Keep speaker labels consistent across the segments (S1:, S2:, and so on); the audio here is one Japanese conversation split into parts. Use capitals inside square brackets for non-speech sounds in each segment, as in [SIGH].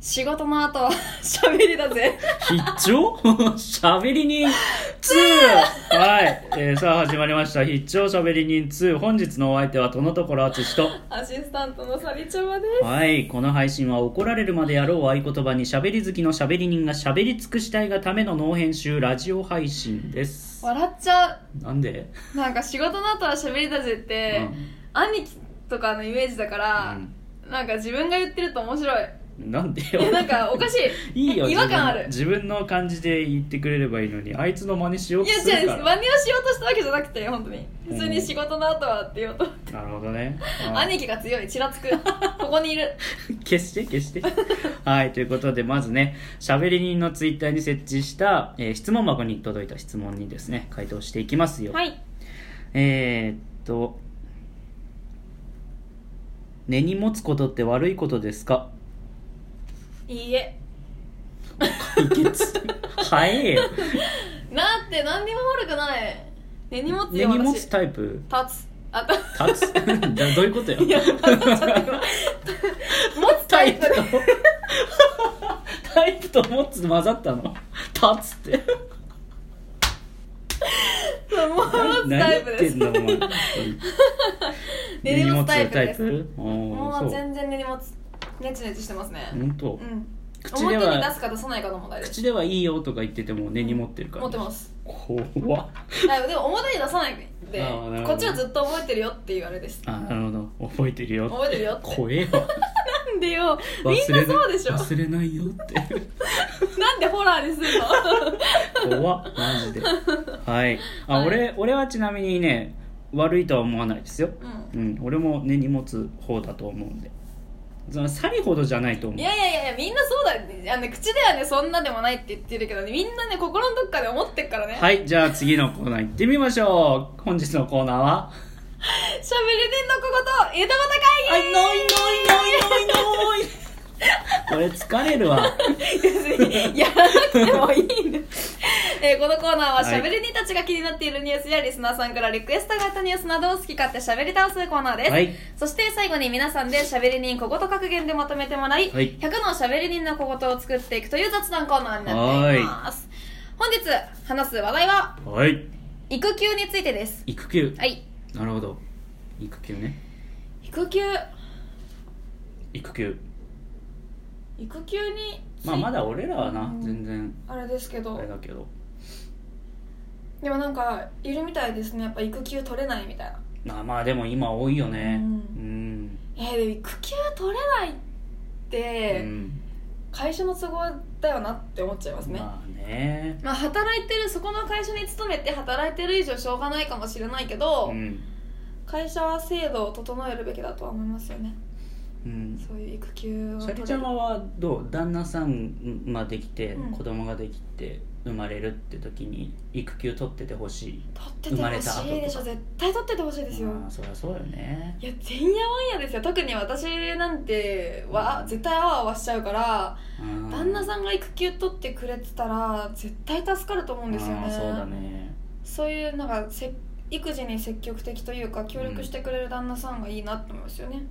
S1: 仕事の後は [LAUGHS] 喋りだぜ。
S2: 必聴 [LAUGHS] 喋り人 2! はい、えーさあ始まりました。必聴喋り人2。本日のお相手は、とのところあつしと。
S1: アシスタントのサビちゃまで
S2: はい、この配信は怒られるまでやろう合言葉に喋り好きの喋り人が喋り尽くしたいがための脳編集ラジオ配信です。
S1: 笑っちゃ
S2: なんで、
S1: う。なんか仕事の後は喋りだぜって、兄貴とかのイメージだから、なんか自分が言ってると面白い。
S2: うん、なんで
S1: え、
S2: よ。
S1: なんかおかしい。
S2: [LAUGHS] いいよ
S1: 違和感ある。
S2: 自分自分の感じで言ってくれればいいのにあいつの真似しよう
S1: い
S2: と
S1: や
S2: す
S1: 違
S2: る
S1: う
S2: か
S1: 真似をしようとしたわけじゃなくて本当に
S2: うん
S1: 普通に仕事の後はって言おうと、
S2: らなるほどねうん
S1: 兄貴が強いちらつくここにいる
S2: [LAUGHS] 消して
S1: [LAUGHS]
S2: 消してはいということでまずねしゃべり人のツイッターに設置した、えー質問箱に届いた質問にですね回答していきますよ、
S1: はい
S2: えーっと「根に持つことって悪いことですか?
S1: いいえ」
S2: 解決 [LAUGHS] 早えよ
S1: なって何にも悪くない根に持つ
S2: 根
S1: よ
S2: に持つ
S1: 私立
S2: タイプ
S1: つあた
S2: 立つ [LAUGHS] どどういうことよ
S1: いや立つちょっと今持つタイプ
S2: とタイプと持つ混ざったの立つって
S1: そう持つタイプです
S2: 何言ってんだお前
S1: 根に持つタイプです
S2: 根に持つタイプおー
S1: もう
S2: そう
S1: 全然根に持つネチネチしてますね
S2: 本当
S1: うん
S2: 口
S1: 表
S2: で
S1: に出
S2: は
S1: すか出さないかの問題です
S2: 口ではいいよとか言ってても根に持ってるから
S1: 持ってます
S2: 怖っ
S1: あでも表に出さないで
S2: あーなる
S1: こ
S2: ほど
S1: っちはずっと覚えてるよっていうあれです
S2: あなるほど覚えてるよって
S1: 覚えてるよって
S2: 怖えよ
S1: なんでよ
S2: 忘
S1: みん
S2: れ
S1: なそうでしょ
S2: 忘れないよって
S1: なんでホラーにするの
S2: [LAUGHS] 怖っマジではいあ、
S1: はい
S2: 俺俺はちなみにね悪いとは思わないですよ
S1: う
S2: うん、俺も根に持つ方だと思うんでそのさりほどじゃないと思う
S1: いやいやいやいやみんなそうだよねあのね口ではねそんなでもないって言ってるけどねみんなね心のどっかで思ってっからね喋、
S2: はい、じゃあ次のコーナー行ってみましょう。本日のコーナーは、
S1: り人の小言江戸端
S2: あ、
S1: 会
S2: ノイノ
S1: 議
S2: イノイノイノイ。これ疲れるわ。
S1: 別にやらなくてもいい
S2: [LAUGHS]
S1: んだ、えーこのコーナーは
S2: はい
S1: しゃべり人たちが気になっているニュースやリスナーさんからリクエストがあったニュースなどを好き勝手しゃべり倒すコーナーです、
S2: はい
S1: そして最後に皆さんでしゃべり人小言格言でまとめてもらい、
S2: はい
S1: 100のしゃべり人の小言を作っていくという雑談コーナーになっています本日話す話題は
S2: はい。
S1: 育休についてです
S2: 育休。
S1: はい
S2: なるほど。育休ね。
S1: 育休
S2: 育休。
S1: 育休に
S2: まあまだ俺らはな
S1: う、ん
S2: 全然、
S1: あれですけ
S2: あ
S1: ど
S2: れだけど。
S1: でもなんかいるみたいですねやっぱ育休取れないみたいな
S2: まあまあでも今多いよね。
S1: う
S2: うんん。
S1: えー、でも育休取れないって、
S2: うん
S1: 会社の都合だよなって思っちゃいますね、まあ
S2: まあね。
S1: 働いてるそこの会社に勤めて働いてる以上しょうがないかもしれないけど、
S2: うん。
S1: 会社は制度を整えるべきだとは思いますよね
S2: うん。
S1: そういう育休を取
S2: さ
S1: れ
S2: り
S1: る
S2: ちゃまはどう旦那さんができて、
S1: うん
S2: 子供ができて生まれるって時に育休取っててほしい
S1: 取っててほしいでし
S2: 生まれた後と
S1: ょ
S2: か
S1: 絶対取っててほしいですよ、
S2: まあそりゃそうよね
S1: いやてんやわんやですよ特に私なんては絶対あわあわしちゃうから、
S2: うん
S1: 旦那さんが育休取ってくれてたら絶対助かると思うんですよ
S2: あー
S1: ね
S2: そうだね
S1: そういうなんかせ育児に積極的というか協力してくれる旦那さんがいいなって思いますよね、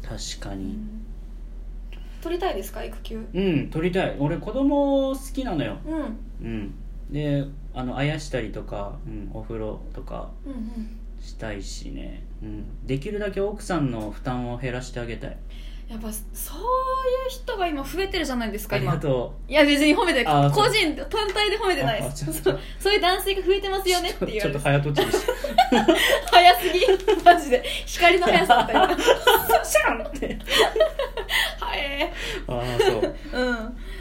S2: 確か
S1: う
S2: に
S1: ん取りたいですか育休
S2: うん取りたい俺子供好きなのよ
S1: うんうん
S2: うんであのあやしたりとか、うん、お風呂とか
S1: うん
S2: したいしね、うん、できるだけ奥さんの負担を減らしてあげたい
S1: やっぱそういう人が今増えてるじゃないです
S2: あ
S1: か
S2: り
S1: 今
S2: がと
S1: いや別に褒めて
S2: あ
S1: ない
S2: ーそう
S1: 個人単体で褒め
S2: う
S1: てない
S2: あ
S1: です
S2: ちょっと
S1: そういう男性が増えてますよねって言わ
S2: ちょ
S1: れ
S2: っと
S1: て
S2: 早とちりして
S1: [LAUGHS] 早すぎマジで光の速さだった [LAUGHS] よ
S2: シャンって
S1: 早え
S2: ああそう
S1: うん
S2: い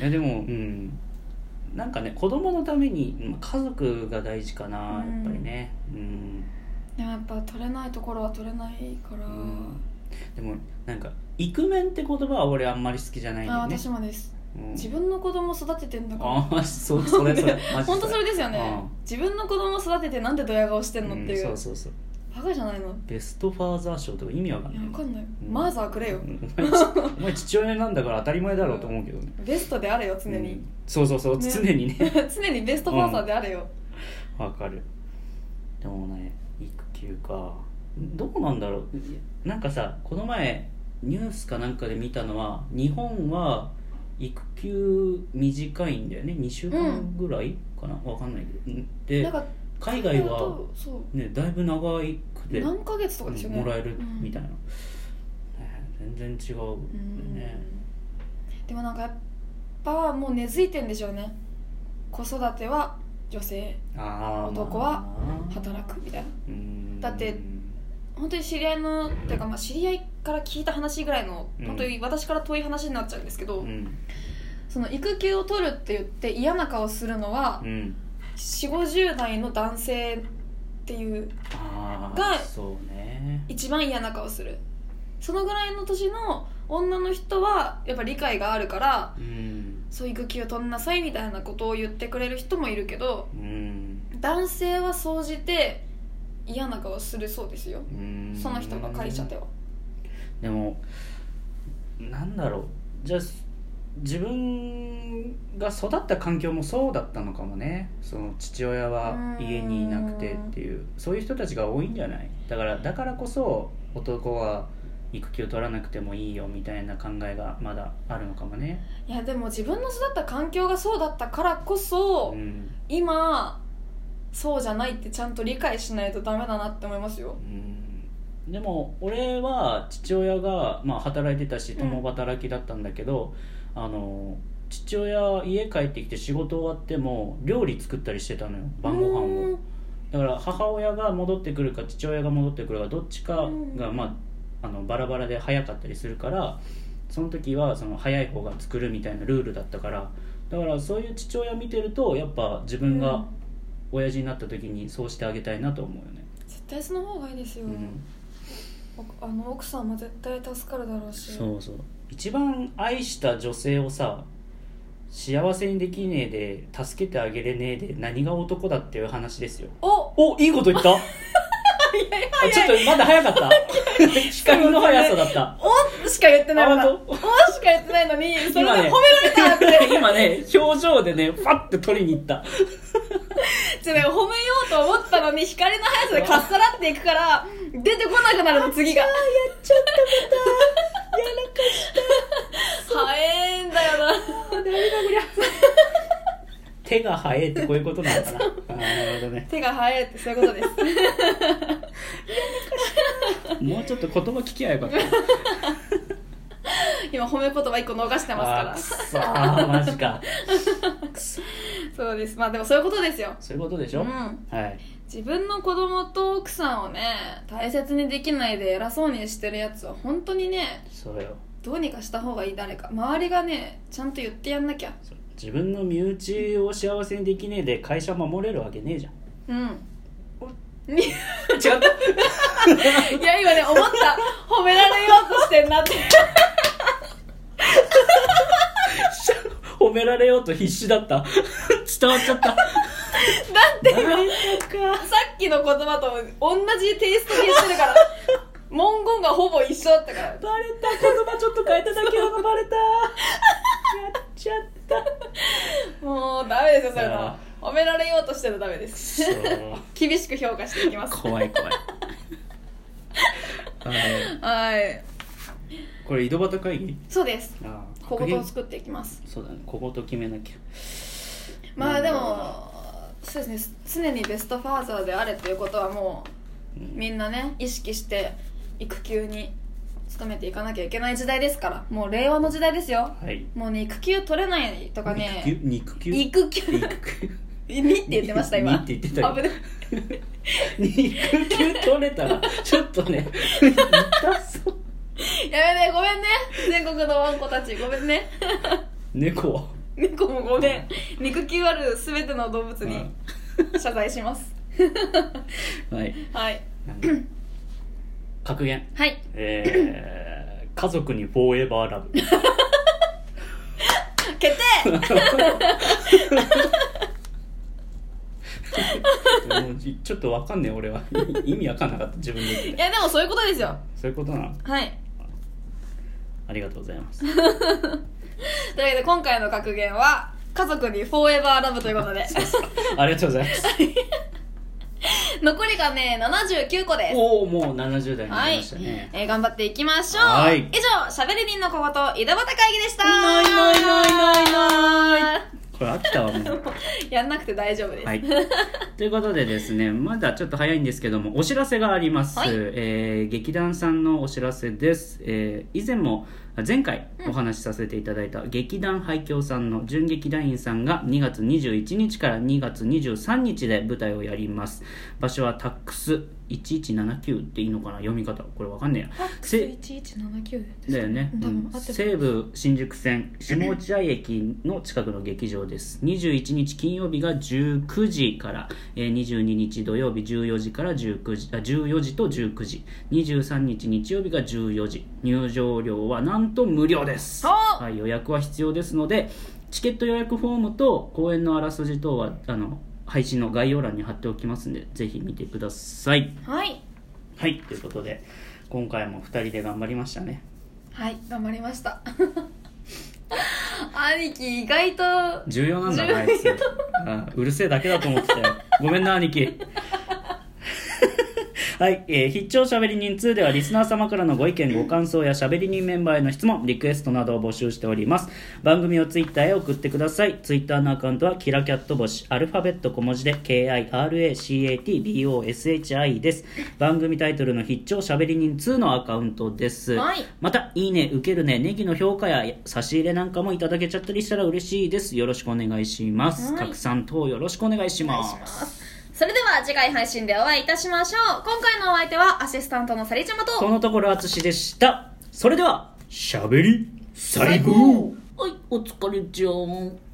S2: やでもうんなんかね子供のためにうん家族が大事かなや
S1: うん
S2: っぱりねうん、
S1: でもやっぱ取れないところは取れないから、
S2: うんでもなんか「イクメン」って言葉は俺あんまり好きじゃないんだ
S1: あ
S2: よね
S1: 私もです
S2: うん
S1: 自分の子供育ててんだから
S2: ああそうそれそれマジ
S1: 本当それですよね
S2: う
S1: 自分の子供育ててなんでドヤ顔してんのっていう,、
S2: うんそうそうそう
S1: バカじゃないのい
S2: ベストファーザー賞とか意味わかん
S1: や
S2: ない
S1: わかんない、
S2: うん
S1: マーザーくれよ
S2: うんお前ちお前父親なんだから当たり前だろうと思うけどね
S1: ベストであれよ常
S2: う
S1: に、
S2: んそうそうそう、
S1: ね
S2: 常にね
S1: [LAUGHS] 常にベストファーザーであれよ、
S2: わかるでもね育休かどうなんだろうなんかさこの前ニュースかなんかで見たのは日本は育休短いんだよね2週間ぐらいかな、わかんないけどで
S1: なんか
S2: 海外は
S1: そ
S2: ねだいぶ長く
S1: う
S2: て
S1: 何ヶ月とかですよね
S2: もらえるみたい
S1: な、
S2: な、ね全然違
S1: う
S2: うんね、
S1: でもなんかやっぱもう根付いてんでしょうね子育ては女性
S2: ああ
S1: 男は働くみたいなだって本当に知り合いのっていうかまあ知り合いから聞いた話ぐらいの
S2: うん
S1: 本当に私から遠い話になっちゃうんですけど、
S2: うん
S1: その育休を取るって言って嫌な顔するのは
S2: うん
S1: 4 5 0代の男性っていう
S2: ああ
S1: が
S2: そうね
S1: 一番嫌な顔するそのぐらいの年の女の人はやっぱ理解があるから
S2: うん
S1: そう育休を取んなさいみたいなことを言ってくれる人もいるけど
S2: うん
S1: 男性は総じて嫌な顔するそうですよ
S2: うん
S1: その人ばかりじゃでは
S2: でもなんだろうじゃあ自分が育った環境もそうだったのかもねその父親は家にいなくてっていうそういう人たちが多いんじゃないだからだからこそ男は育休取らなくてもいいよみたいな考えがまだあるのかもね、
S1: いやでも自分の育った環境がそうだったからこ
S2: う
S1: そ
S2: ん、
S1: 今そうじゃないってちゃんと理解しないとダメだなって思いますよ
S2: うんでも俺は父親が、まあ、働いてたし
S1: うん
S2: 共働きだったんだけど、あの父親家帰ってきて仕事終わっても料理作ったりしてたのよ晩ご飯
S1: う
S2: をだから母親が戻ってくるか父親が戻ってくるかどっちかが、
S1: うん
S2: まあ、あのバラバラで早かったりするからその時はその早い方が作るみたいなルールだったからだからそういう父親見てるとやっぱ自
S1: ーん
S2: 分
S1: う
S2: が
S1: ん
S2: 親父になった時にそうしてあげたいなと思うよね。
S1: 絶対その方がいいですよ、
S2: うん
S1: おあの奥さんも絶対助かるだろうし
S2: そうそう一番愛した女性をさ幸せにできねえで助けてあげれねえで何が男だっていう話ですよ
S1: お
S2: おいいこと言 [LAUGHS] ったあちょっとまだ早か [LAUGHS] った光の速さだ [LAUGHS] った
S1: おしか言ってないまだ
S2: あ
S1: お
S2: 本
S1: しか言ってないのにそれで
S2: 今
S1: 褒めら
S2: ね
S1: れたって
S2: [LAUGHS] 今ね表情でねファッて取りに行った
S1: じゃあね褒めようと思ったのに光の速さでかっさらっていくから出てこなくなるの次がやっちゃったまたやらかした早えんだよな
S2: 手が早いってこういうことなの [LAUGHS] かなあーなるほどね
S1: 手が早いってそういうことです
S2: もうちょっと言葉聞きゃよかった
S1: 今褒め言葉一個逃してますか
S2: あー
S1: ら
S2: くそーマジか
S1: そうですまあでもそういうことですよ
S2: そういうことでし
S1: う
S2: ょ、
S1: ん
S2: はい
S1: 自分の子供と奥さんをね大切にできないで偉そうにしてるやつは本当にね
S2: そうよ
S1: どうにかした方がいい誰か周りがねちゃんと言ってやんなきゃ
S2: そう自分の身内を幸せにできねえで会社守れるわけねえじゃん
S1: うん
S2: お
S1: [LAUGHS] い
S2: [LAUGHS] 違った
S1: や今ね思った褒められようとしてんなって [LAUGHS]
S2: 褒められようと必死だった伝わっちゃった
S1: だって
S2: な
S1: 今
S2: ん
S1: さっきの言葉と同じテイストで言ってるから文言がほぼ一緒だったから
S2: バレた言葉ちょっと変えただけなのバレたやっちゃった
S1: もうダメですよそれ
S2: あ
S1: は褒められようとしてるダメです [LAUGHS] 厳しく評価していきます
S2: 怖い怖いあの
S1: [LAUGHS] はい
S2: これ井戸端会議
S1: そうです
S2: ああ
S1: 小
S2: 格
S1: 言
S2: 言
S1: を作っていきます
S2: そうだね小言決めなきゃ
S1: まあでもそうですね常にベストファーザーであれということはもうみんなね意識して育休に努めていかなきゃいけない時代ですからもう令和の時代ですよ
S2: はい
S1: もうね育休取れないとかね
S2: 肉球肉
S1: 育休
S2: 球肉球
S1: にって言ってました今
S2: にって言ってたよ
S1: 危ない
S2: [LAUGHS] 肉球取れたらちょっとね痛そう
S1: やめてごめんね全国のワンコたちごめんね [LAUGHS]
S2: 猫は
S1: 猫もごめん肉球ある全ての動物
S2: は
S1: に謝罪します
S2: いはい
S1: はい
S2: 格言
S1: はい
S2: え [LAUGHS] ー家族にフォーエバーラブ
S1: 決定
S2: もうちちょっとわかんねえ俺は [LAUGHS] 意味わかんなかった自分で言っ
S1: い
S2: て
S1: やでもそういうことですよ
S2: そういうことなの
S1: はい
S2: ありがとうござい [LAUGHS] ます
S1: というわけで今回の格言は家族にフォーエバーラブという
S2: [LAUGHS]
S1: ことで
S2: ありがとうございます
S1: 残りがね79個です
S2: おおもう70代にな
S1: は
S2: り
S1: い、
S2: ましたね、
S1: えー頑張っていきましょう
S2: はい
S1: 以上しゃべり人の小言井戸端会議でした
S2: ないないない飽きたわもう
S1: [LAUGHS] やんなくて大丈夫です、
S2: はい、ということでですねまだちょっと早いんですけどもお知らせがあります、
S1: はい
S2: えー劇団さんのお知らせです、えー以前もあ前回お話しさせていただいた劇団廃墟さんの準劇団員さんが2月21日から2月23日で舞台をやります場所はタックス1179っていいのかな読み方これわかんねえや
S1: ファックス1179です
S2: だよね、
S1: 多分
S2: うん
S1: 合ってる
S2: 西武新宿線下落合駅の近くの劇場です21日金曜日が19時から、えー22日土曜日14時から19時あ14時と19時23日日曜日が14時入場料はなんと無料です、
S1: おー
S2: はい、予約は必要ですのでチケット予約フォームと公演のあらすじ等はあの配信の概要欄に貼っておきますんでぜひ見てください
S1: はい
S2: はいということで今回も2人で頑張りましたね
S1: はい頑張りました [LAUGHS] 兄貴意外と
S2: 重要なんだなあいつあうるせえだけだと思ってたよごめんな兄貴 [LAUGHS] はい、えー必聴しゃべり人2ではリスナー様からのご意見ご感想やしゃべり人メンバーへの質問リクエストなどを募集しております番組をツイッターへ送ってくださいツイッターのアカウントはキラキャット星アルファベット小文字で KIRACATBOSHI です番組タイトルの必聴しゃべり人2のアカウントです、
S1: はい
S2: また、いいね、受けるね、ネギの評価や差し入れなんかもいただけちゃったりしたら嬉しいです。よろしくお願いします。
S1: はい
S2: 拡散等よろしくお願いし
S1: お願
S2: ま
S1: い
S2: す。
S1: しますそれでは次回配信でお会いいたしましょう今回のお相手はアシスタントのさりちゃまと
S2: このところ、あつしでした。それでは、しゃべり、最
S1: 最
S2: 後
S1: 後
S2: はい、お疲れちゃん。